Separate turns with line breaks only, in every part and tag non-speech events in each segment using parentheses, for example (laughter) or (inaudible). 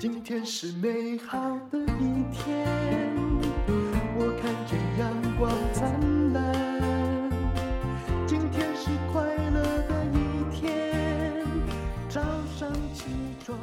今天是美好的一天，我看见阳光灿烂。今天是快乐的一天，早上起床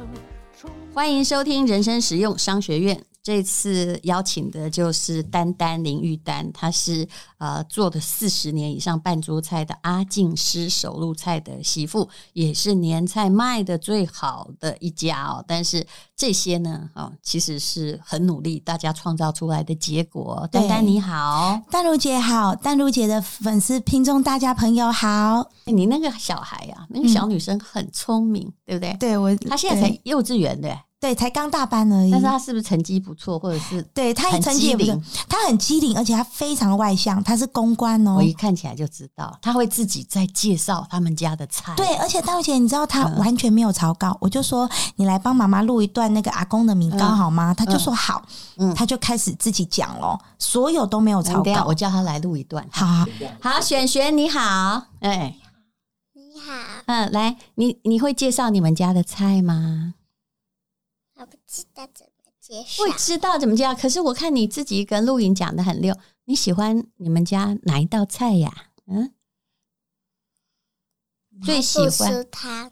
充满
欢迎收听人生实用商学院。这次邀请的就是丹丹林玉丹，她是呃做的四十年以上半桌菜的阿静师手路菜的媳妇，也是年菜卖的最好的一家哦。但是这些呢，哦，其实是很努力大家创造出来的结果。
对
丹丹你好，
淡如姐好，淡如姐的粉丝听众大家朋友好，
哎你那个小孩呀、那个小女生很聪明，对不对？
对我
她现在才
对
幼稚园的，
对才刚大班而已，
但是她是不是成绩不错，或者是
对她
很
成绩也不
机
错
灵，
她很机灵，而且她非常外向，她是公关哦
我。一看起来就知道，他会自己在介绍他们家的菜。
对，而且淡如姐，你知道她
嗯
完全没有草稿，我就说你来帮妈妈录一段那个阿公的米糕好吗？她就说好，
嗯
她就开始自己讲咯，所有都没有
哎，
草
等一下
稿
我。叫他来录一段。
好好，
好，璇璇你好，哎，
你好，
嗯，来，你你会介绍你们家的菜吗？
我不知道怎么介绍
我。知道怎么介绍，可是我看你自己一个人录影讲的很溜，你喜欢你们家哪一道菜呀？嗯，最喜
不
欢
输他，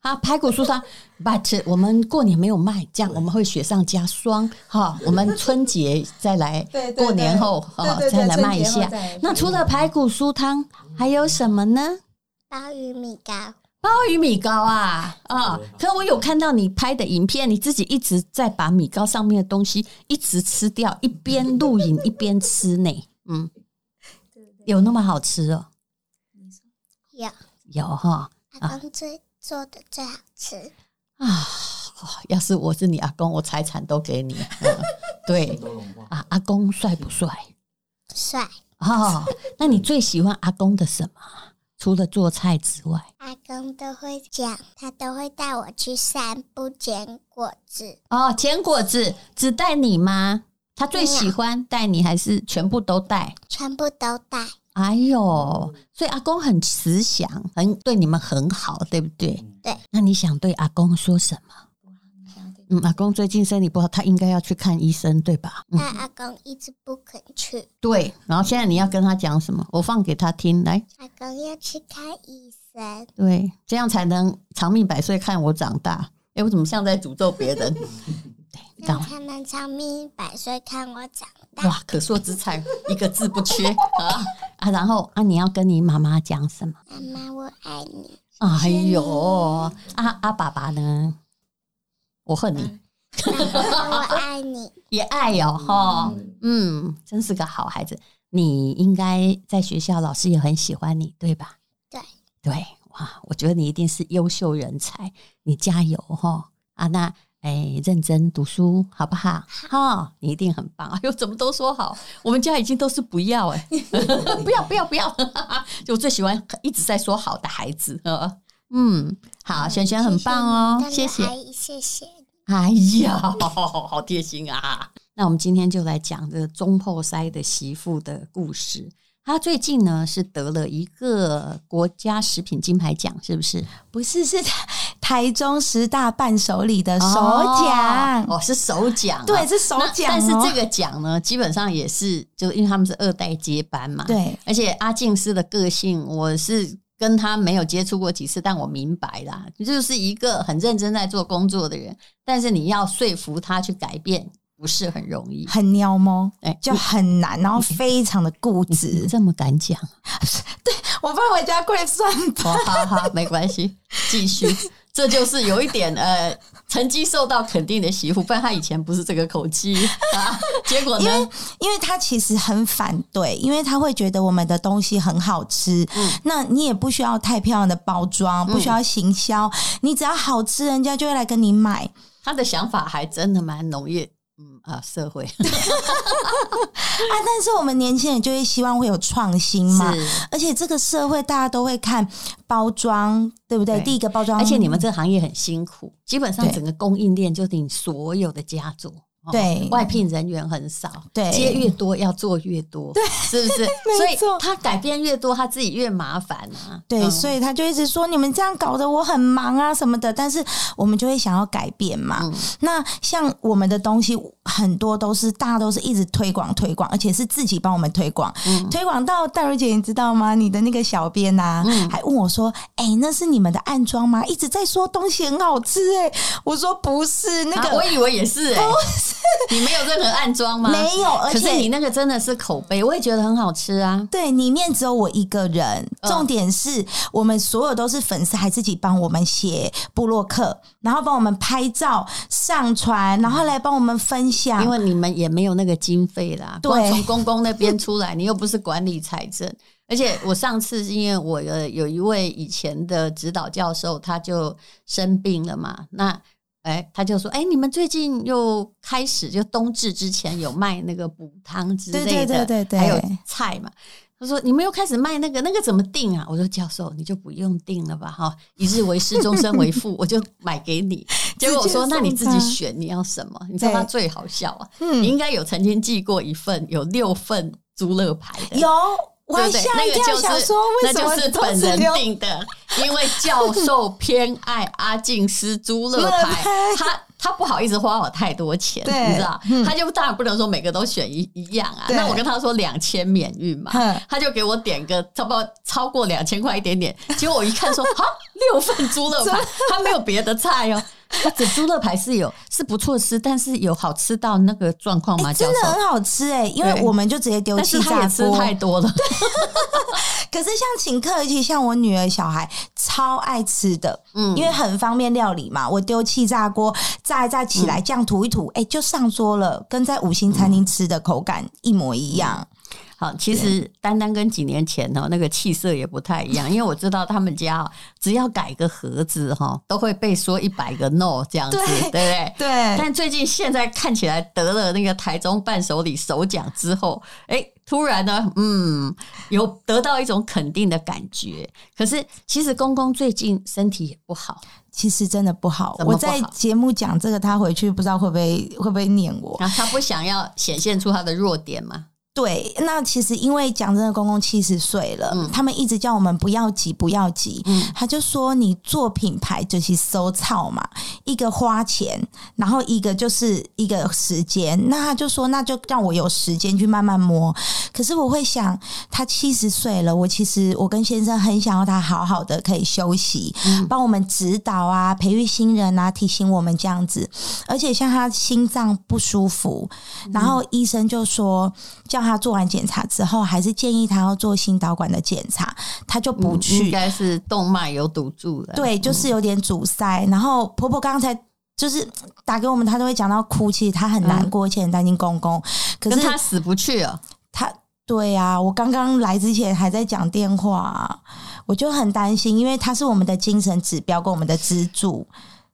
啊，排骨酥汤，but 我们过年没有卖，这样我们会雪上加霜哈。我们春节再来
(laughs) 对对，对
过年后哈
对对对
再来卖一
春节
下
后再来卖。
那除了排骨酥汤，还有什么呢？
鲍鱼米糕，
鲍鱼米糕啊啊！可我有看到你拍的影片，你自己一直在把米糕上面的东西一直吃掉，一边录 (laughs) 影一边吃呢。嗯，有那么好吃哦？
有
有哈
阿公最做的最好吃。
啊！哦要是我是你阿公，我财产都给你。 (laughs) 嗯对啊，阿公帅不帅？
帅，
哦，那你最喜欢阿公的什么？除了做菜之外，
阿公都会讲，他都会带我去散步、捡果子。
哦，甜果子只带你吗？他最喜欢带你还是全部都带？
全部都带，
哎呦，所以阿公很慈祥，很对你们很好，对不对？
对。
那你想对阿公说什么？嗯，阿公最近身体不好，他应该要去看医生，对吧？嗯，
但阿公一直不肯去。
对。然后现在你要跟他讲什么？我放给他听，来，
阿公要去看医生，
对，这样才能长命百岁，看我长大。哎，我怎么像在诅咒别人？对，
那
长
才能长命百岁，看我长大。
哇，可塑之才，一个字不缺啊啊！然后啊，你要跟你妈妈讲什么？
妈妈，我爱你。
哎呦，啊啊，爸爸呢？我恨你，
妈妈，我爱你。
也爱哟、哈，嗯，真是个好孩子。你应该在学校，老师也很喜欢你，对吧？
对
对，哇，我觉得你一定是优秀人才，你加油哈、啊，那哎，认真读书好不好？哈、你一定很棒。哎呦，怎么都说好，我们家已经都是不要 (laughs) 哎、不要不要不要， (laughs) 就我最喜欢一直在说好的孩子。呃嗯， (laughs) 好，璇璇很棒哦，谢谢
谢你。阿姨，谢谢你。
哎呀， (laughs) 好贴心啊！那我们今天就来讲这个中破塞的媳妇的故事。她最近呢是得了一个国家食品金牌奖，是不是？
不是是台中十大伴手礼的首奖，
哦，是首奖啊、
对，是首
那
奖哦，
但是这个奖呢，基本上也是就因为他们是二代接班嘛，。
对。
而且阿静师的个性，我是跟他没有接触过几次，但我明白啦，就是一个很认真在做工作的人，但是你要说服他去改变，不是很容 (laughs) 易。
很喵猫，
哎
就很难，然后非常的固
你
执。
这么敢讲？
(laughs) 我搬回家跪算吧。
好好好，没关系，继 (laughs) 续。这就是有一点呃，成绩受到肯定的媳妇，不然她以前不是这个口 (laughs) 气啊。结果
因
呢
为？因为他其实很反对，因为他会觉得我们的东西很好吃，那你也不需要太漂亮的包装，不需要行销，你只要好吃，人家就会来跟你买。
她的想法还真的蛮农业，嗯啊，社会
啊，但是我们年轻人就会希望会有创新嘛，
(laughs) 是。
而且这个社会大家都会看包装，对不对？
对
第一个包装，
而且你们这个行业很辛苦，基本上
对
整个供应链就是你所有的佳作。哦
对
外聘人员很少，
对
接越多要做越多，对，是不是？所
(laughs) 没
以
错
他改变越多，他自己越麻烦啊。
对，
嗯
所以他就一直说你们这样搞得我很忙啊什么的，但是我们就会想要改变嘛。
嗯
那像我们的东西很多都是大家都是一直推广推广，而且是自己帮我们推广，
嗯
推广到戴茹姐你知道吗？你的那个小编呐、
嗯
还问我说：“哎、那是你们的暗装吗？一直在说东西很好吃哎、我说：“不是，那
啊
个、
我以为也是、欸，你没有任何暗装吗？
没有，而
可是
且
你那个真的是口碑，我也觉得很好吃啊。
对，里面只有我一个人。
嗯
重点是我们所有都是粉丝，还自己帮我们写部落客，然后帮我们拍照、上传，然后来帮我们分享。
因为你们也没有那个经费啦，
对
光从公公那边出
(laughs)
来，你又不是管理财政。而且我上次是因为我有有一位以前的指导教授，他就生病了嘛，那。哎，他就说：“哎，你们最近又开始就冬至之前有卖那个补汤之类的，
对对对对对
还有菜嘛。”他说：“你们又开始卖那个，那个怎么定啊？”我说：“教授，你就不用定了吧，哈，一日为师，终身为父，我就买给你。”结果我说：“
(laughs) 直接
那你
送
自己
他
选你要什么？”你知道他
对
最好笑啊！你
嗯，
应该有曾经寄过一份有六份猪肋排的，
有，我
对
还
不对
吓一
那
跳，
个
想
就是
说为什么
那就是
都
本人
留
订的，因为教授偏爱阿静斯猪肋
肋
排
排，
他他不好意思花我太多钱，
对嗯
你知道，他就当然不能说每个都选一一样啊。
对
那我跟他说两千免运嘛
哼，
他就给我点个差不多超过两千块一点点，结果我一看说哈六份猪肋排，他没有别的菜哦。他只猪肋排是有是不错吃，但是有好吃到那个状况吗？
哎
教
真的
授，
很好吃哎、因为
对
我们就直接丢
啊但
气
是他
炸
也吃
锅。
太多了。
可是像请客，尤其像我女儿小孩超爱吃的，
嗯
嗯，因为很方便料理嘛。我丢气炸锅炸一炸起
嗯
来，酱涂一涂，哎、就上桌了，跟在五星餐厅吃的口感一模一样。
嗯好，其实单单跟几年前哦，那个气色也不太一样，因为我知道他们家哦只要改一个盒子哈，都会被说一百个 no 这样子，对
对
不对？
对，
但最近现在看起来得了那个台中伴手礼首奖之后，哎，突然呢，嗯，有得到一种肯定的感觉。可是其实公公最近身体也不好，
其实真的不好。
怎么
我
不好
在节目讲这个，他回去不知道会不会会不会念我。
然后他不想要显现出他的弱点嘛，
对，那其实因为讲真的，公公七十岁了，
嗯
他们一直叫我们不要急，不要急。
嗯
他就说你做品牌就是收操嘛，一个花钱，然后一个就是一个时间。那他就说那就让我有时间去慢慢摸。可是我会想，他七十岁了，我其实我跟先生很想要他好好的可以休息，帮我们指导啊，培育新人啊，提醒我们这样子。而且像他心脏不舒服，然后医生就说叫他做完检查之后，还是建议他要做心导管的检查，他就不
嗯应
去。
该是动脉有堵住了。嗯
对，就是有点阻塞。然后婆婆刚才。就是打给我们，她都会讲到哭，其实她很难过，而且很担心公公。可
嗯跟
是
他死不去哦。
他对呀、我刚刚来之前还在讲电话、我就很担心，因为他是我们的精神指标跟我们的支柱，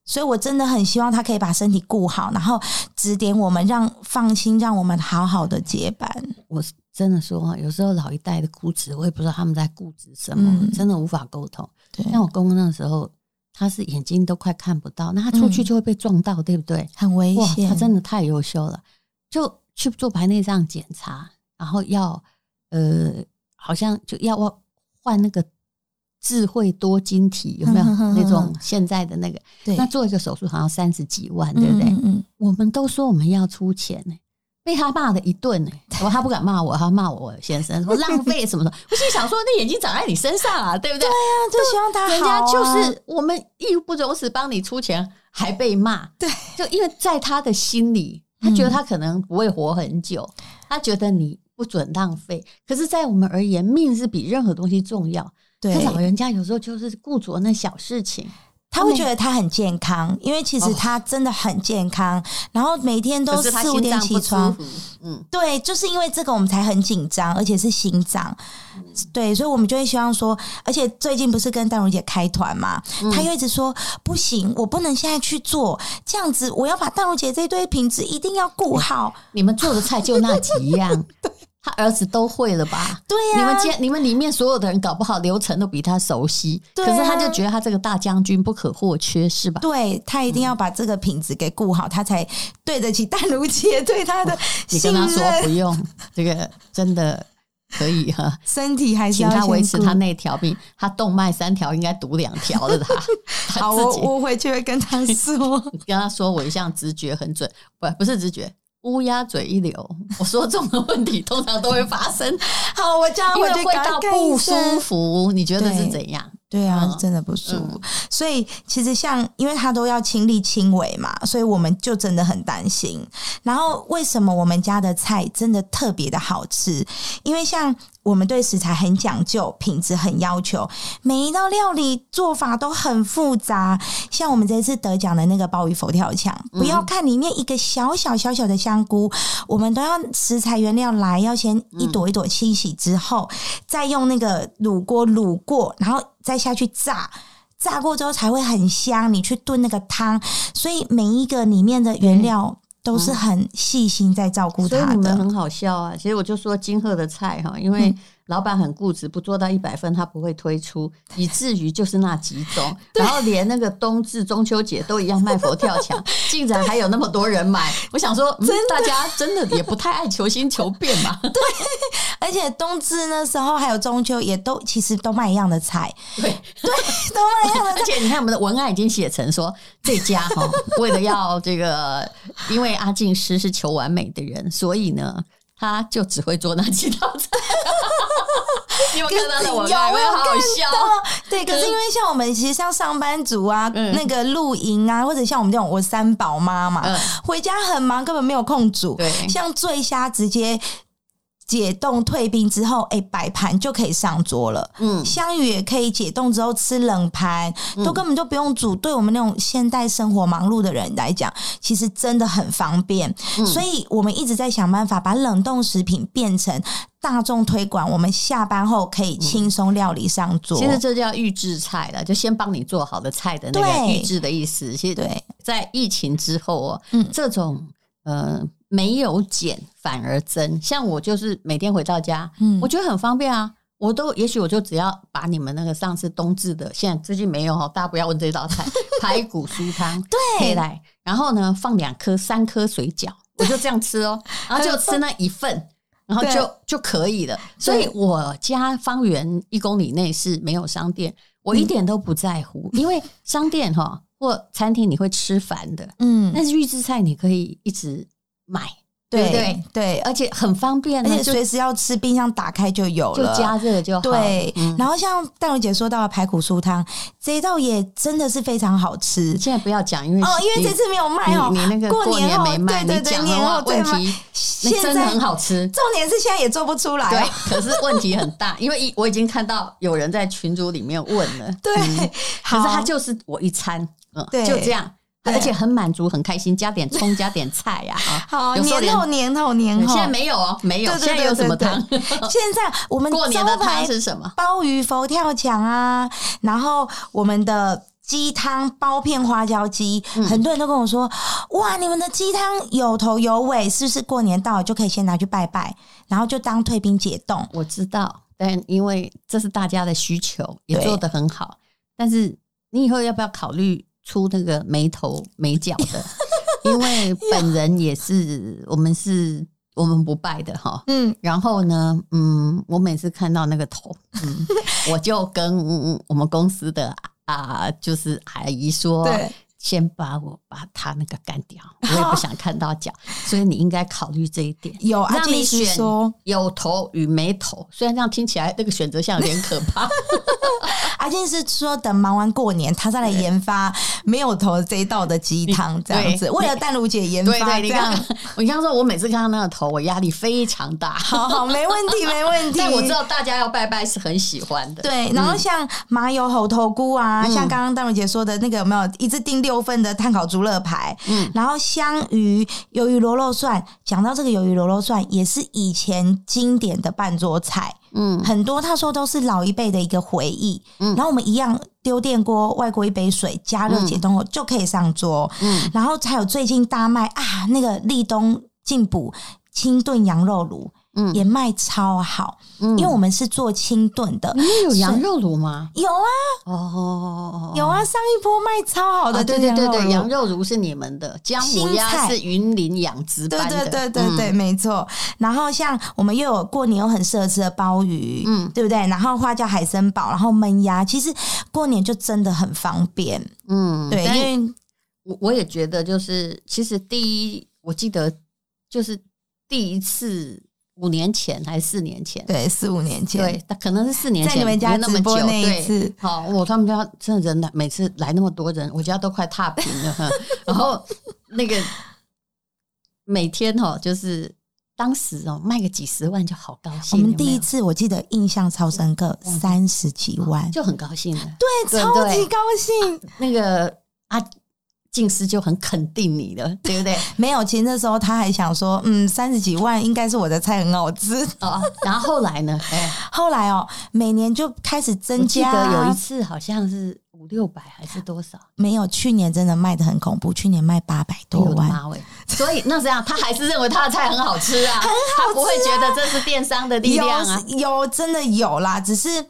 所以我真的很希望他可以把身体顾好，然后指点我们，让放心，让我们好好的接班。
我是真的说，啊有时候老一代的固执，我也不知道他们在固执什么，
嗯
真的无法沟通。
对，
像我公公那时候，他是眼睛都快看不到，那他出去
嗯
就会被撞到，对不对？
很危
哇，
险，
他真的太优秀了，就去做白内障检查，然后要呃，好像就要换那个智慧多晶体，有没有
哼哼哼
那种
哼
现在的那个？
嗯对，
那做一个手术好像三十几万，对不对？
嗯嗯
我们都说我们要出钱呢、被他骂了一顿呢、我他不敢骂我，他骂我先生说浪费什么的。我心里想说，那眼睛长在你身上啊，对不对？
那就希望他
人
好、啊
家就是我们义不容辞帮你出钱，还被骂。
对，
就因为在他的心里，他觉得他可能不会活很久，他觉得你不准浪费。可是，在我们而言，命是比任何东西重要。
对
他老人家有时候就是顾着那小事情。
他会觉得他很健康，因为其实
哦
他真的很健康，然后每天都
可是他
四五
心
点
脏
起
不
床
舒，服，嗯，
对，就是因为这个我们才很紧张，而且是心脏。
嗯
对，所以我们就会希望说，而且最近不是跟淡如姐开团嘛，
嗯
她又一直说不行，我不能现在去做，这
(laughs)
样子我要把淡如姐这一堆品质一定要顾好。
你们做的菜就那几样， (laughs) 他儿子都会了吧？
对呀、
你们家你们里面所有的人，搞不好流程都比他熟悉，
对
可
啊
是他就觉得他这个大将军不可或缺，是吧？
对他一定要把这个品质给顾好，他才对得起淡如姐对他的
嗯你
信
跟他说哦
任。
不用， (laughs) 这个真的可以
(laughs)
哈、
身体还是
请
要
他维
先
持
顾
他那条命，他动脉三条应该堵两条了
(laughs)
他，他
好，哦
自
我
己
我回去会跟他说。
跟他说我一向直觉很准，不不是直觉，乌鸦嘴一流。我说中的问题通常都会发
(laughs)
生，
(laughs) 好，我这样
因
回
为
去
会
赶快
到
看医
不舒
生。
服，你觉得是
对
怎样？
对啊，
嗯
是真的不舒服。所以其实像，因为他都要亲力亲为嘛，所以我们就真的很担心。然后为什么我们家的菜真的特别的好吃？因为像我们对食材很讲究，品质很要求，每一道料理做法都很复杂。像我们这次得奖的那个鲍鱼佛跳墙，
嗯
不要看里面一个小小小小的香菇，我们都要食材原料来，要先一朵一朵清洗之后，再用那个卤锅卤过，然后再下去炸。炸过之后才会很香，你去炖那个汤，所以每一个里面的原料都是很细心在照顾
嗯所以
它
你们
的。
很好笑啊！其实我就说金鹤的菜哈，因为老板很固执，不做到一百分他不会推出，以至于就是那几 (laughs) 种，然后连那个冬至、中秋节都一样卖佛跳墙，竟 (laughs) 然还有那么多人买。我想说，嗯、大家真的也不太爱求新求变嘛。
而且冬至那时候还有中秋也都其实都卖一样的菜，
(laughs)
(laughs)
对，
都卖一样的
而且你看我们的文案已经写成说，这家哈、为了要这个，因为阿静师是求完美的人，所以呢，他就只会做那几道菜。 (laughs) 你有没有看到的文案？
有
我
我
也
有
好好笑。
对，可是因为像我们其实像上班族啊，
嗯
那个露营啊，或者像我们这种我三宝妈嘛，
嗯
回家很忙，根本没有空煮。
对
像醉虾直接。解冻退冰之后，哎、摆盘就可以上桌了。
嗯
香芋也可以解冻之后吃冷盘，都根本就不用煮。对我们那种现代生活忙碌的人来讲，其实真的很方便。
嗯
所以我们一直在想办法把冷冻食品变成大众推广，我们下班后可以轻松料理上桌。
其实这叫预制菜了，就先帮你做好的菜的那个
对
预制的意思。其实，
对
在疫情之后哦，
嗯
这种呃没有减反而增。像我就是每天回到家，
嗯
我觉得很方便啊。我都也许我就只要把你们那个上次冬至的，现在最近没有哈，大家不要问这道
(laughs)
菜，排骨酥汤对来，然后呢放两颗、三颗水饺，我就这样吃
(laughs)
哦，然后就吃那一份，然后
对
就就可以了。所以我家方圆一公里内是没有商店，我一点都不在乎，
嗯
因为商店哈或餐厅你会吃烦的，
嗯，
但是预制菜你可以一直买，对
对
不对
对对，
而且很方便
而
啊，
且
就
随时要吃，冰箱打开就有
就
了。
加热就好。
对，
嗯
然后像淡如姐说到的排骨酥汤，这一道也真的是非常好吃
现在不要讲，因为
哦，因为这次没有卖哦
你，你那个
过
年
后
没卖，
对
你
对对，
讲
年
的话
后对
问
吗？
题那
现
真的
在
很好
(laughs)
吃。
重点是现在也做不出来
对
啊。，
可是问题很大，因为一我已经看到有人在群组里面问了，
对，
嗯可
(laughs) 好
是它就是我一餐，嗯，
对
就这样，
对
而且很满足，很开心，加点葱，加点菜呀，啊，
好
有时候
年
连
后年后 (laughs) 年
对
后，
现在没有哦，没有，
对对
现在有
对
什么
对
汤？
现在我们
(laughs) 过年的
招牌
汤是什么？
鲍鱼佛跳墙啊，然后我们的鸡汤包片花椒鸡，
嗯
很多人都跟我说，哇，你们的鸡汤有头有尾，是不是过年到了就可以先拿去拜拜，然后就当退冰解冻？
我知道，但因为这是大家的需求，也
对
做得很好。但是你以后要不要考虑出那个眉头眉角
(laughs)
的？因为本人也是，我们是我们不拜的哈。
嗯，
然后呢，嗯，我每次看到那个头，
(laughs)
嗯，我就跟嗯我们公司的啊、就是阿姨说，
对，
先把我把他那个干掉，我也不想看到脚，所以你应该考虑这一点。
有阿
让你
金是
选
说，
有头与没头，虽然这样听起来那个选择项有点可怕，
阿金啊是说等忙完过年，他再来研发没有头这一道的鸡汤，这样子，
对
为了淡如姐
(laughs)
研
对
发
对，
这
你刚
样。
(laughs) 刚我刚刚说，我每次看到那个头，我压力非常大。
好好，没问题，没问题。
但我知道嗯大家要拜拜是很喜欢的，
对，然后像麻油猴头菇啊，
嗯
像刚刚淡如姐说的那个有没有一次订六份的碳烤猪肋排，嗯，然后香鱼、鱿鱼螺肉蒜，讲到这个鱿鱼螺肉蒜，也是以前经典的半桌菜，
嗯，
很多他说都是老一辈的一个回忆，
嗯
然后我们一样丢电锅外锅一杯水，加热解冻后就可以上桌，
嗯，
然后还有最近大卖啊那个立冬进补清炖羊肉炉，
嗯
也卖超好，
嗯
因为我们是做清炖的
你，们有羊
是
肉炉吗？
有啊
哦，
有啊，上一波卖超好
哦。
的，
对对对对，羊
肉。
肉炉是你们的，姜母
新
鸭
菜
是云林养殖
对
班的，
对对对对，
嗯，
没错。然后像我们又有过年又很适合吃的鲍鱼，
嗯
嗯，对不对？然后花椒海参堡，然后焖鸭，其实过年就真的很方便。
嗯
对，
但是
因为
我我也觉得，就是其实第一，我记得就是第一次五年前还是四年前，
对四五年前，
对，但可能是四年前，
在你们家
没那么
直播
久
那一
对
次
好，我他们家真的人来，每次来那么多人，我家都快踏平了。哈然后那个每天哦，就是当时哦，卖个几十万就好高
我
兴。
们
有没嗯
第一
有
次我记得印象超深刻，三十几万，
就很高兴
(laughs)
了。
对，
对
啊超级
对
高兴。
那个阿静师就很肯定你了，对不对？ (laughs)
没有，其实那时候他还想说，嗯，三十几万应该是我的菜很好吃。 (laughs)
哦，然后后来呢？哎，
后来哦，每年就开始
我
增
记
加
得
啊，
有一次好像是五六百还是多少？
没有，去年真的卖的很恐怖，去年卖八百
哎
多
呦我的
万。
妈喂！所以那这样，他还是认为他的菜很好吃
(laughs)
啊，他不会觉得这是电商的力
有
量啊。
有真的有啦，只是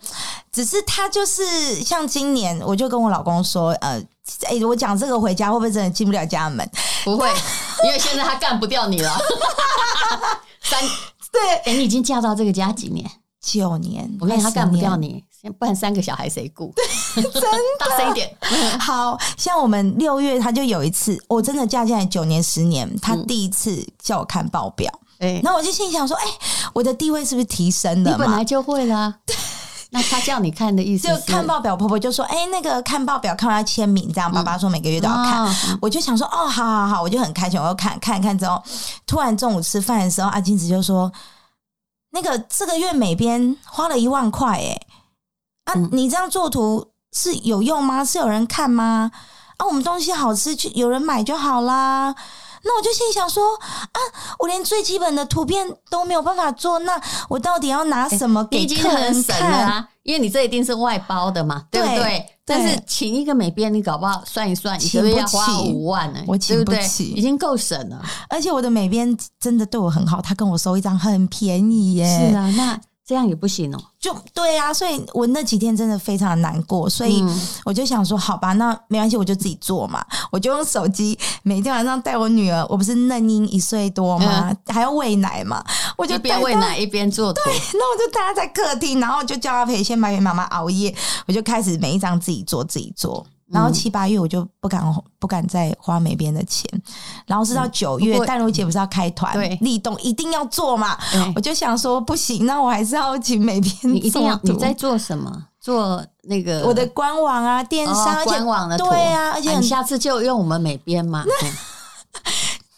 只是他就是像今年，我就跟我老公说，呃，哎、我讲这个回家会不会真的进不了家门？
不会，因为现在他干不掉
(laughs)
你了。三，
对，
哎、你已经嫁到这个家几年？
九年，
我跟你，他
20
干不掉
年。
你，不然三个小孩谁
(laughs)
顾？大声一点。
好像我们六月他就有一次，我真的嫁进来九年十年，他
嗯
第一次叫我看报表，
哎、
然后我就心想说，哎、我的地位是不是提升
你
了嘛？
本来就会
(laughs)
啦。那他叫你看的意思
就是看报表，婆婆就说：“哎、那个看报表，看完要签名，
嗯
这样。”爸爸说每个月都要看，
哦
我就想说：“哦，好好好，我就很开心，我又看看看之后，突然中午吃饭的时候，阿金子就说：‘那个这个月每边花了一万块、欸，哎，啊，
嗯
你这样做图是有用吗？是有人看吗？啊，我们东西好吃，就有人买就好啦。’那我就心想说：‘啊，我连最基本的图片都没有办法做，那我到底要拿什么
哎你已
给
经
客
很
人
省
看？’
了啊，因为你这一定是外包的嘛，对不
对
对？但是请一个美编，你搞不好算一算，一个月要
请
花
不起
五万呢、
我请
对不对
不起
已经够省了。
而且我的美编真的对我很好，他跟我收一张很便宜耶。
是，啊，那这样也不行哦、
就对啊，所以我那几天真的非常难过，所以
嗯
我就想说，好吧，那没关系，我就自己做嘛，我就用手机每天晚上带我女儿，我不是嫩婴一岁多
嗯
吗？还要喂奶嘛，我就
一
带
边喂
她
奶一边做图。
那我就大家在客厅，然后我就叫他陪先白给妈妈熬夜，我就开始每一张自己做自己做。
嗯
然后七八月我就不敢不敢再花美编的钱，然后是到
嗯
九
不
月
过，
淡如姐不是要开团
对
立冬一定要做嘛
对，
我就想说不行，那我还是要请美编
哎你一定要
做
你
图
在做什么？做那个
我的官网啊、电
哦
商，而且
官网的图
对啊，而且
你
很
下次就用我们美编
(laughs)
嘛，嗯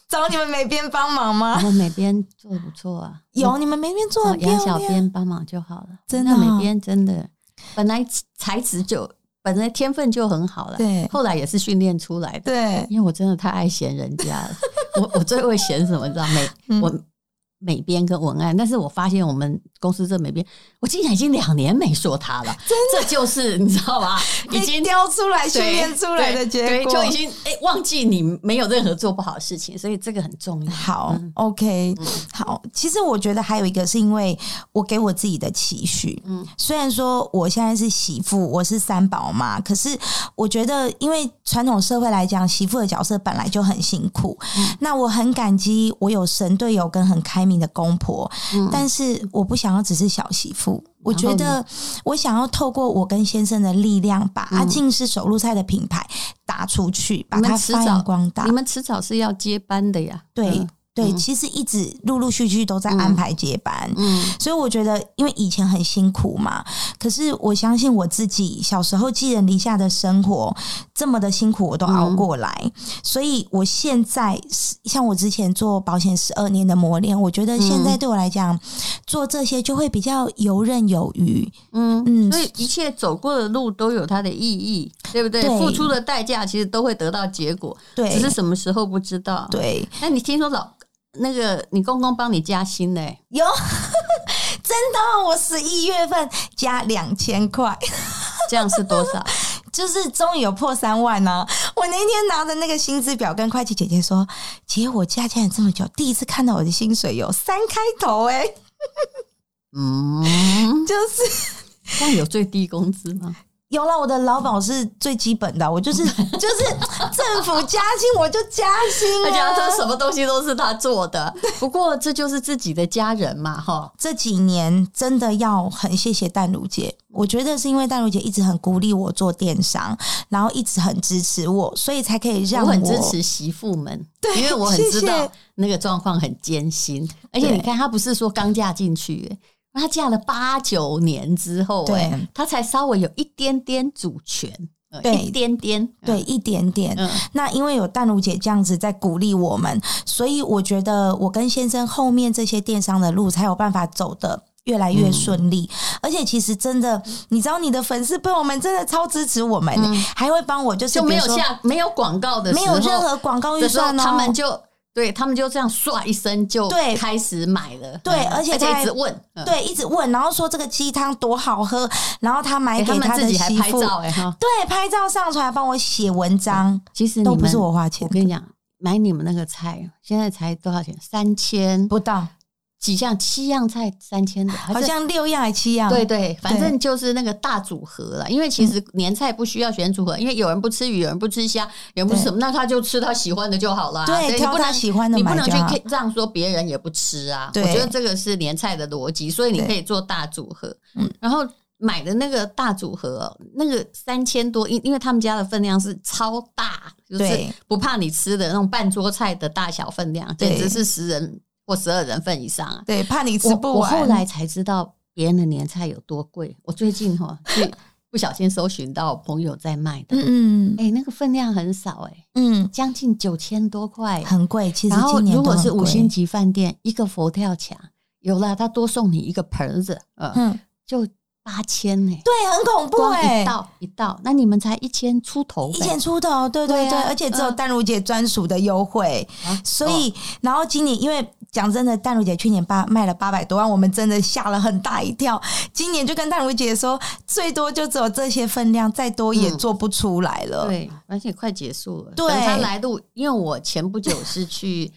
找你们美编帮忙
我
吗？
们美编做得不错啊，
有你们美编做
找
很哦
嗯
漂
哦杨小
亮，
编帮忙就好了。
真的
那
哦
美编真的本来才子就本来天分就很好了，
对
后来也是训练出来的。
对，
因为我真的太爱嫌人家了，我我最会嫌什么？你知道美、
(laughs) 嗯
我美编跟文案，但是我发现我们公司这美编，我竟然已经两年没说他了，这就是你知道吧？已
被
经
雕出来、训
对
练出来的
对
结果，
对就已经哎、忘记你没有任何做不好的事情，所以这个很重要。
好、
嗯
o k 好。其实我觉得还有一个是因为我给我自己的期许，
嗯
嗯，虽然说我现在是媳妇，我是三宝妈，可是我觉得因为传统社会来讲，媳妇的角色本来就很辛苦，
嗯
那我很感激我有神队友跟很开明的公婆，
嗯
但是我不想要只是小媳妇。我
然后
觉得我想要透过我跟先生的力量，把阿静是手录菜的品牌打出去，把
嗯你
它
们迟
发
早
扬光大。
你们迟早是要接班的呀。
对、
嗯
对，
嗯
其实一直陆陆续续都在安排接班。
嗯
所以我觉得，因为以前很辛苦嘛，可是我相信我自己小时候寄人篱下的生活这么的辛苦，我都熬
嗯
过来。所以我现在是像我之前做保险十二年的磨练，我觉得现
嗯
在对我来讲，做这些就会比较游刃有余。
嗯
嗯
所以一切走过的路都有它的意义，对不对？
对
付出的代价其实都会得到结果，只
对
是，什么时候不知道。，
对，
那你听说老那个你公公帮你加薪嘞、
有 (laughs) 真的哦，我十一月份加两千块。
这样是多少？ (laughs)
就是终于有破三万呢、我那天拿着那个薪资表跟会计姐姐说：“姐，我加起来这么久，第一次看到我的薪水有三开头哎、
嗯，
(laughs) 就是
这样有最低工资吗？
有了我的劳保是最基本的，我就
(laughs)
是就是政府加薪我就加薪、啊，
而且他说什么东西都是他做的，不过这就是自己的家人嘛，哈。
这几年真的要很谢谢淡如姐，我觉得是因为淡如姐一直很鼓励我做电商，然后一直很支持我，所以才可以让
我
我
很支持媳妇们，对，因为我很
谢
知道
谢
那个状况很艰辛，而且你看，她不是说刚嫁进去耶，她嫁了八九年之后，
对
哎，她才稍微有一点点主权，呃
对
一点点，
对一点点。
嗯，
那因为有淡如姐这样子在鼓励我们，所以我觉得我跟先生后面这些电商的路才有办法走的。越来
嗯
越顺利，而且其实真的，你知道你的粉丝朋友们真的超支持我们，欸还会帮我，就
嗯
是
就没有
比如说
下没有广告的时
没
候，
有任何广告预
的时候
算哦，
他们就对他们就这样唰一声就
对
开始买了，
对
嗯
而且
且
他
一直问，嗯，
对一直问，然后说这个鸡汤多好喝，然后他买
哎
给
他们自
的
己还
媳
拍
妇，
照哎哈。
对，拍照上传，帮我写文章，
其实你
都不
们
是我花钱
我，跟你讲，买你们那个菜现在才多少钱？三千
不到，
几项七样菜三千的，好
好像六样还七样，
对对，反正就是那个大组合了。因为其
嗯
实年菜不需要选组合，因为有人不吃鱼，有人不吃虾，有人不吃
对
什么，那他就吃他喜欢的就好了。啊
对
你
挑
不
他
能
喜欢的
你不
买
能
就好
去这样说别人也不吃啊。我
对
觉得这个是年菜的逻辑，所以你
对
可以做大组合。
嗯
然后买的那个大组合，那个三千多，因因为他们家的分量是超大，就是
对
不怕你吃的那种半桌菜的大小分量，简
对
直是十人或十二人份以上啊。
对，怕你吃
我
不
我
完。
后来才知道别人的年菜有多贵。我最近哈、去不小心搜寻到朋友在卖的，哎、
嗯嗯
那个分量很少哎、
嗯，
将近九千多块。
很贵，其实
然后
今年
如
都
果
很
是五
贵
星，级饭店，一个佛跳墙有了，他多送你一个盆子，呃，
嗯，
就八千呢。
对，很恐怖
光
哎、
一道一道，那你们才一千出头呗，
一千出头，对对对，
对啊
而且只有
嗯
淡如姐专属的优惠，
啊
所以、然后今年因为讲真的，淡如姐去年八卖了八百多万，我们真的吓了很大一跳。今年就跟淡如姐说，最多就只有这些分量，再多也
嗯
做不出来
哦
了。
对，而且快结束了。
对
等他来路，因为我前不久是
(laughs)
去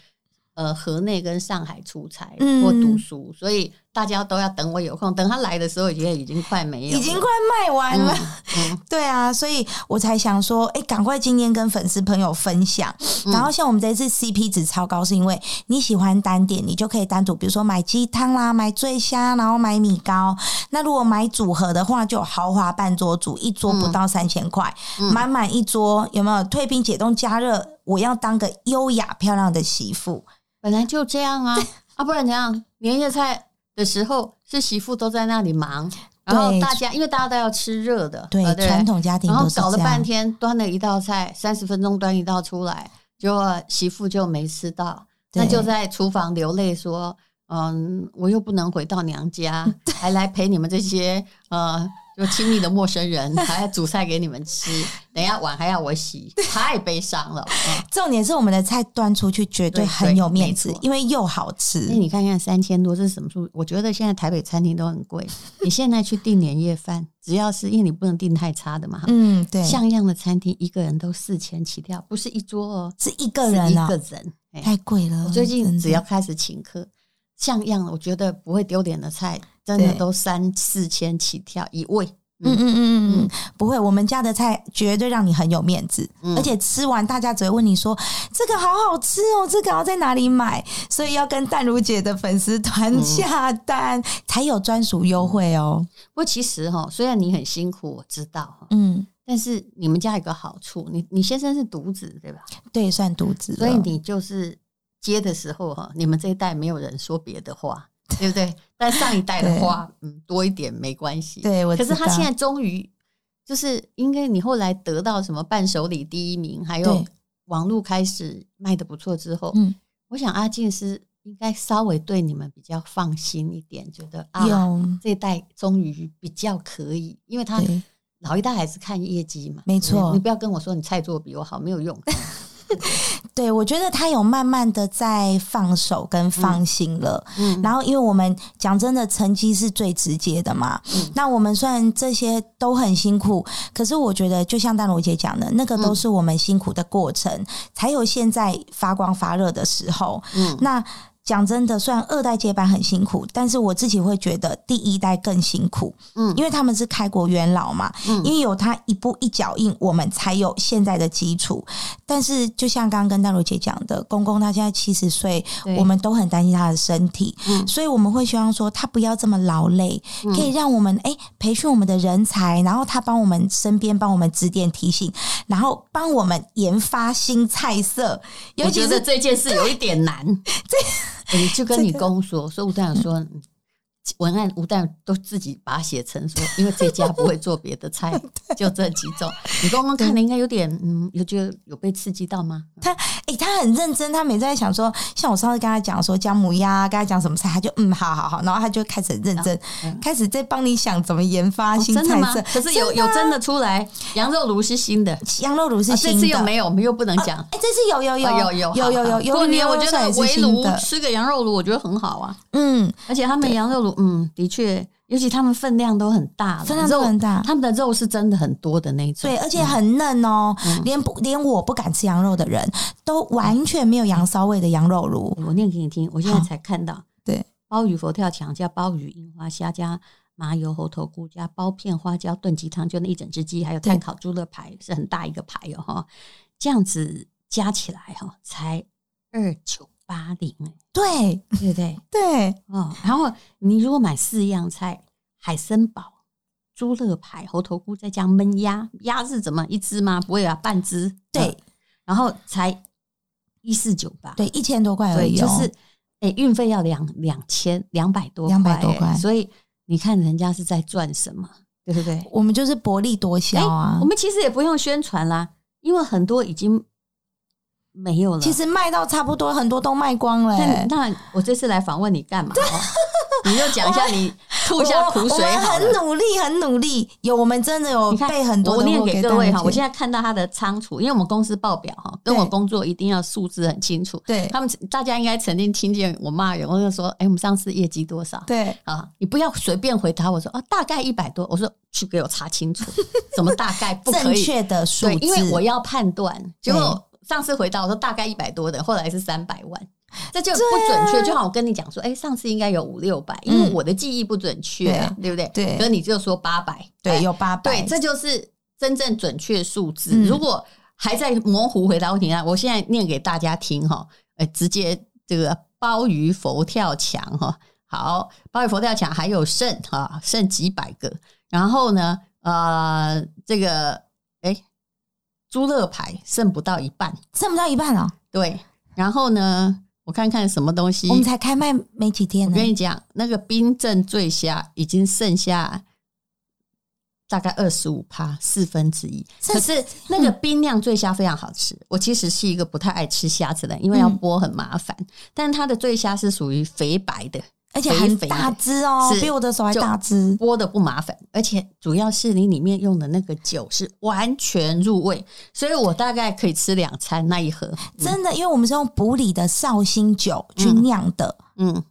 呃河内跟上海出差
嗯
或读书，所以大家都要等我有空。等他来的时候，也已经快没有了，
已经快卖完了，
嗯嗯
对啊，所以我才想说，哎、赶快今天跟粉丝朋友分享。
嗯
然后像我们这次 CP 值超高，是因为你喜欢单点，你就可以单独，比如说买鸡汤啦，买醉虾，然后买米糕。那如果买组合的话，就有豪华半桌组，一桌不
嗯
到三千块，满满一桌，有没有？退冰解冻加热，我要当个优雅漂亮的媳妇。
本来就这样啊，啊，不然怎样？年夜菜的时候是媳妇都在那里忙，然后
对
大家因为大家都要吃热的，
对，
呃
传统家庭
然后
都是这
搞
样。
了半天，端了一道菜，三十分钟端一道出来，结果媳妇就没吃到，
对
那就在厨房流泪说：“嗯，我又不能回到娘
(laughs)
家，还来陪你们这些呃就亲密的陌生人，还要煮菜给你们吃，等一下碗还要我洗，太悲伤了。嗯
重点是我们的菜端出去绝对
对
很
对
有面
没
子
错，嗯
因为又好”吃
那。哎你看看三千多，这是什么数？我觉得现在台北餐厅都很贵，你现在去订年夜饭，只要是因为你不能订太差的嘛，哈
嗯，对，
像样的餐厅一个人都四千起跳，不是一桌哦，
是一个人啊、
是一个人。哎
太贵了。
我最近
真的
只要开始请客，像样的，我觉得不会丢脸的菜，真的
对
都三四千起跳一位。
嗯嗯嗯嗯嗯
嗯，
不会，我们家的菜绝对让你很有面子，
嗯
而且吃完大家只会问你说这个好好吃哦，这个要在哪里买？所以要跟淡如姐的粉丝团下单、才有专属优惠哦。
不过其实哈，虽然你很辛苦，我知道哈，
嗯，
但是你们家有个好处，你你先生是独子对吧？
对，算独资了，
所以你就是接的时候哈，你们这一代没有人说别的话，对不对？
(laughs)
但上一代的话，嗯，多一点没关系。
对我
可
知
是
道，
他现在终于就是，应该你后来得到什么伴手礼第一名，还有
对
网络开始卖的不错之后，
嗯
我想阿静是应该稍微对你们比较放心一点，觉得啊，
有
这一代终于比较可以，因为他
对
老一代还是看业绩嘛，
没错
对不对你不要跟我说你菜做得比我好，没有
(laughs)
用。
对，我觉得他有慢慢的在放手跟放心了。
嗯，
然后，因为我们讲真的，成绩是最直接的嘛。
嗯
那我们虽然这些都很辛苦，可是我觉得，就像丹罗姐讲的，那个都
嗯
是我们辛苦的过程，才有现在发光发热的时候。
嗯
那讲真的，虽然二代接班很辛苦，但是我自己会觉得第一代更辛苦，
嗯
因为他们是开国元老嘛，
嗯
因为有他一步一脚印，我们才有现在的基础。但是就像刚刚跟大茹姐讲的，公公他现在七十岁，
对
我们都很担心他的身体，
嗯
所以我们会希望说他不要这么劳累，可以让我们哎、培训我们的人才，然后他帮我们身边帮我们指点提醒，然后帮我们研发新菜色，尤
我
其
觉得
是
这件事有一点难。这，你就跟你公说，说吴代长说。文案吴代都自己把它写成说，因为这家不会做别的菜，就这几种。你公公看了应该有点，嗯，有觉得有被刺激到吗？
哎、他很认真，他每次在想说，像我上次跟他讲说姜母鸭，啊跟他讲什么菜，他就嗯，好好好，然后他就开始很认真，
嗯
开始在帮你想怎么研发
哦
新
真的
菜
吗
色。？
可是有有真的出来，羊肉炉是新的，啊
羊肉炉是
这
新
次
的，
又没有，我们又不能讲。
哎、这次有有有、
哦有
有有有
好好过年我觉得围
新
炉
的，
吃个羊肉炉，我觉得很好啊。
嗯，
而且他们羊肉炉，嗯，的确，尤其他们分量都很大了，
分量都很大
肉他们的肉是真的很多的那种。
对，而且很嫩哦，
嗯
连不连我不敢吃羊肉的人都完全没有羊骚味的羊肉炉，
嗯我念给你听，我现在才看到，
对，
鲍鱼佛跳墙加鲍鱼樱花虾加麻油猴头菇加包片花椒炖鸡汤，就那一整只鸡，还有
对
碳烤猪肋排，是很大一个排哦，哈，这样子加起来哈、才二九八零，
对
对不 (laughs) 对？
对，
哦，然后你如果买四样菜，海参堡、猪肋排、猴头菇，再加焖鸭，鸭是怎么一只吗？不会啊，半只。
对
嗯然后才一四九八，
对，一千多块而
对，
已、
就
哦，
是哎，运费要两两千两百多块，
200多块
所以你看人家是在赚什么，对不对？
我们就是薄利多销啊
我。们其实也不用宣传啦，因为很多已经没有了。
其实卖到差不多，很多都卖光了、
那
欸
你。那我这次来访问你干嘛、哦？
(laughs)
你就讲一下你吐一下苦
我
水
们
好
很
了。
努力，很努力。有，我们真的有
你看
被哦很，多
我
的
念
货
给
大
各
陆
位哈，
姐
我现在看到他的仓储，因为我们公司报表哈，跟
对
我工作一定要数字很清楚。
对
他们大家应该曾经听见我骂员工就说：“哎，我们上次业绩多少？”
对
啊，你不要随便回答我说啊，大概一百多。我说去给我查清楚，什么大概不可
(laughs) 正
以？
确的数
对，
字，
因为我要判断。结果上次回答我说大概一百多的，后来是三百万，这就不
啊
准确。就好像我跟你讲说，哎、上次应该有五六百，因为
嗯
我的记忆不准确、啊，对不对？
对
可是你就说八百，
对
哎
有八百，
对，这就是真正准确数字。
嗯
如果还在模糊回答问题啊，我现在念给大家听哈，呃，直接这个鲍鱼佛跳墙哈，好，鲍鱼佛跳墙还有剩哈，剩几百个，然后呢，呃，这个哎，猪肋排剩不到一半，
剩不到一半哦，
对，然后呢，我看看什么东西，
我们才开卖没几天
我
呢
跟。你讲，那个冰镇醉虾已经剩下大概二十五趴，四分之一。
剩
可是那
嗯
个冰酿醉虾非常好吃。我其实是一个不太爱吃虾子的人，因为要
嗯
剥很麻烦。但它的醉虾是属于肥白的，
而且
肥
很
肥的
大只哦，
是
比我的手还
就
大只。
剥的不麻烦，而且主要是你里面用的那个酒是完全入味，所以我大概可以吃两餐那一盒。
真的，因为我们是用补里的绍兴酒去
嗯
酿的，
嗯，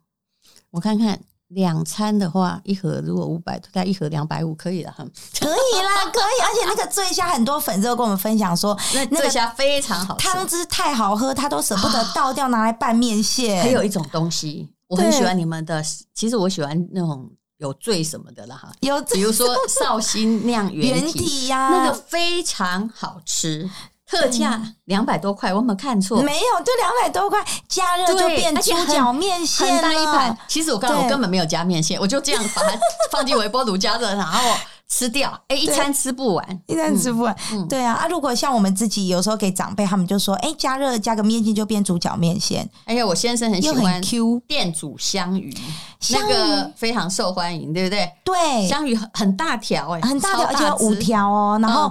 我看看两餐的话，一盒如果五百，大概一盒两百五可以了哈。
(laughs)
(laughs)
可以啦，可以。而且那个醉虾，很多粉丝都跟我们分享说，
那
那个
醉虾非常好吃，
汤汁太好喝，他都舍不得倒掉，拿来拌面线。
还有一种东西，我很
对
喜欢你们的。其实我喜欢那种有醉什么的啦哈，
有
比如说绍兴酿
原
原体，
体啊呀，
那个非常好吃，特价两百多块，我有没有看错？
没有，就两百多块，加热就
对
变
而且
猪
很
脚面
很
线
大一
了
盘，其实我刚刚
对
我根本没有加面线，我就这样把它放进微波炉加热，然后吃掉。哎、一
对
餐吃不完，
一餐吃不完。
嗯
对啊，啊，如果像我们自己有时候给长辈，他们就说，哎、加热加个面线就变猪脚面线，
而且哎我先生很喜
又
欢
很 Q。
店主香鱼，
香
那
鱼
个非常受欢迎，对不对？
对，
香鱼很很大条哎、
哎很大条，
超
而且有五
只嗯
条哦，然后。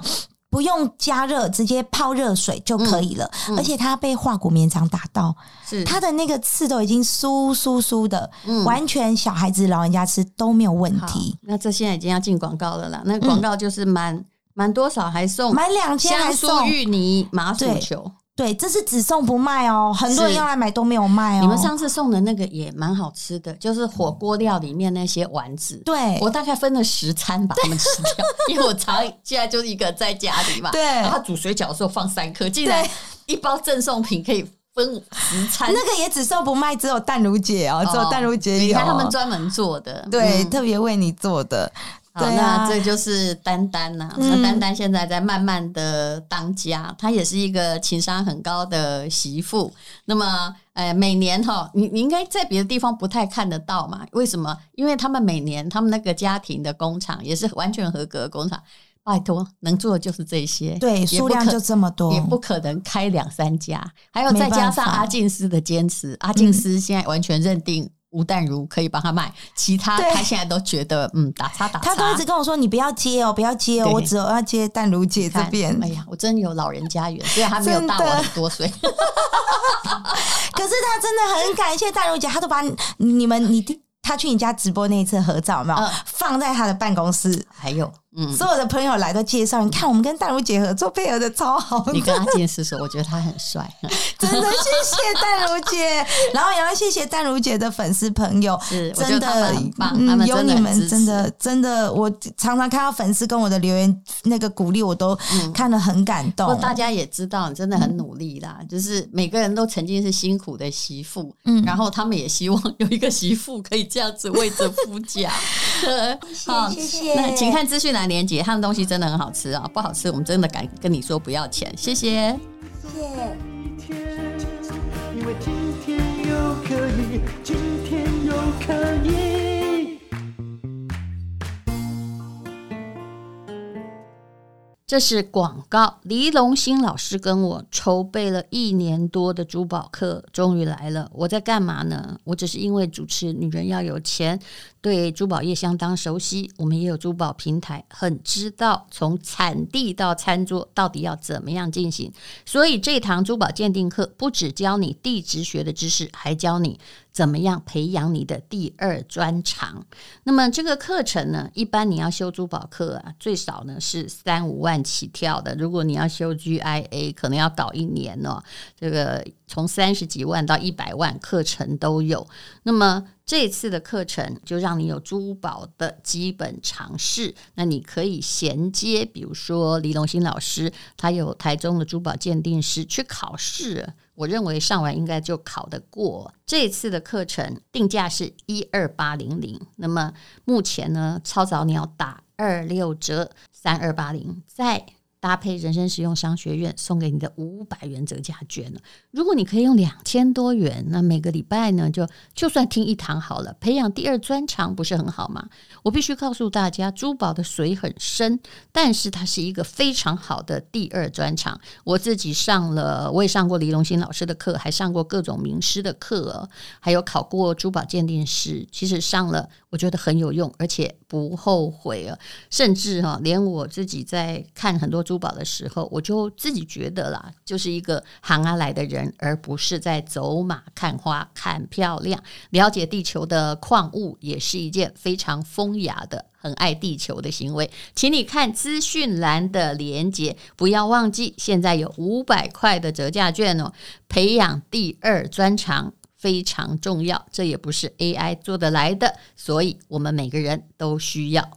不用加热，直接泡热水就可以了。
嗯嗯
而且它被化骨绵掌打到，
是
它的那个刺都已经酥酥酥的，
嗯
完全小孩子、老人家吃都没有问
好
题。嗯
那这现在已经要进广告了啦，那广告就是满满、多少还送
买两千
香
还
酥
送，
芋泥麻薯
对
球，
对，这是只送不卖哦，很多人
是
要来买都没有卖哦。
你们上次送的那个也蛮好吃的，就是火锅料里面那些丸子。
对
我大概分了十餐把它们吃
(laughs)
掉，因为我常现在就是一个在家里嘛，
对
然后煮水饺的时候放三颗，竟然一包赠送品可以分五十餐，
那个也只售不卖，只有淡如姐哦，只有淡如姐有。
你看他们专门做的，
对、
嗯
特别为你做的，
好，
对啊
那这就是丹丹呐、
嗯
那丹丹现在在慢慢的当家，她也是一个情商很高的媳妇。那么，呃，每年哈，你你应该在别的地方不太看得到嘛？为什么？因为他们每年他们那个家庭的工厂也是完全合格的工厂，拜托，能做的就是这些，
对，
也不
数量
可
就这么多
也，不可能开两三家，还有再
没办
加上
法嗯
阿静斯的坚持，阿静斯现在完全认定吴淡如可以帮他卖，其他
对
他现在都觉得嗯打叉打叉。
他都一直跟我说：“你不要接哦，不要接哦，
对
我只有要接淡如姐这
看
边。
哎呀，我真有老人家缘，虽然他没有大我
真的
很多岁，
可是他真的很感谢淡如姐，他都把你你们你他去你家直播那一次合照有没有、
嗯
放在他的办公室，
还有嗯。
所有的朋友来都介绍，你看我们跟淡如姐合作配合的超好
(laughs)
的
你跟阿健是说，我觉得他很帅，嗯
真的谢谢淡如
(laughs)
姐，然后也要谢谢淡如姐的粉丝朋友
是，我觉得
真
他
的
们很棒他
嗯，
们
有
真的
你
很
们
支持
真的真的，我常常看到粉丝跟我的留言那个鼓励，我都看得很感
嗯不过
动。
大家也知道，你真的很努力啦。就是每个人都曾经是辛苦的媳妇，
嗯
然后他们也希望 (laughs) 有一个媳妇可以这样子为着夫家。
(laughs)
对好
谢谢
那请看资讯栏连接，他们东西真的很好吃啊，不好吃我们真的敢跟你说不要钱，谢谢。
谢。
一天，因为今天又可以，今天又可以。
这是广告。黎龙兴老师跟我筹备了一年多的珠宝课，终于来了。我在干嘛呢？我只是因为主持《女人要有钱》，对珠宝业相当熟悉。我们也有珠宝平台，很知道从产地到餐桌到底要怎么样进行。所以这堂珠宝鉴定课不只教你地质学的知识，还教你怎么样培养你的第二专长。那么这个课程呢，一般你要修珠宝课啊，最少呢是三五万起跳的。如果你要修 GIA，可能要搞一年哦。这个从三十几万到一百万课程都有。那么这次的课程就让你有珠宝的基本常识，那你可以衔接，比如说李龙兴老师，他有台中的珠宝鉴定师去考试。我认为上完应该就考得过。这次的课程定价是一二八零零，那么目前呢，超早鸟打二六折，三二八零，再搭配人生实用商学院送给你的五百元折价券呢。如果你可以用两千多元，那每个礼拜呢，就就算听一堂好了，培养第二专长不是很好吗？我必须告诉大家，珠宝的水很深，但是它是一个非常好的第二专长。我自己上了，我也上过黎龙兴老师的课，还上过各种名师的课哦，还有考过珠宝鉴定师。其实上了，我觉得很有用，而且不后悔啊。甚至哈、连我自己在看很多珠宝的时候，我就自己觉得啦，就是一个行啊来的人，而不是在走马看花、看漂亮。了解地球的矿物也是一件非常风雅的、很爱地球的行为。请你看资讯栏的连接，不要忘记，现在有五百块的折价券哦。培养第二专长非常重要，这也不是 AI 做得来的，所以我们每个人都需要。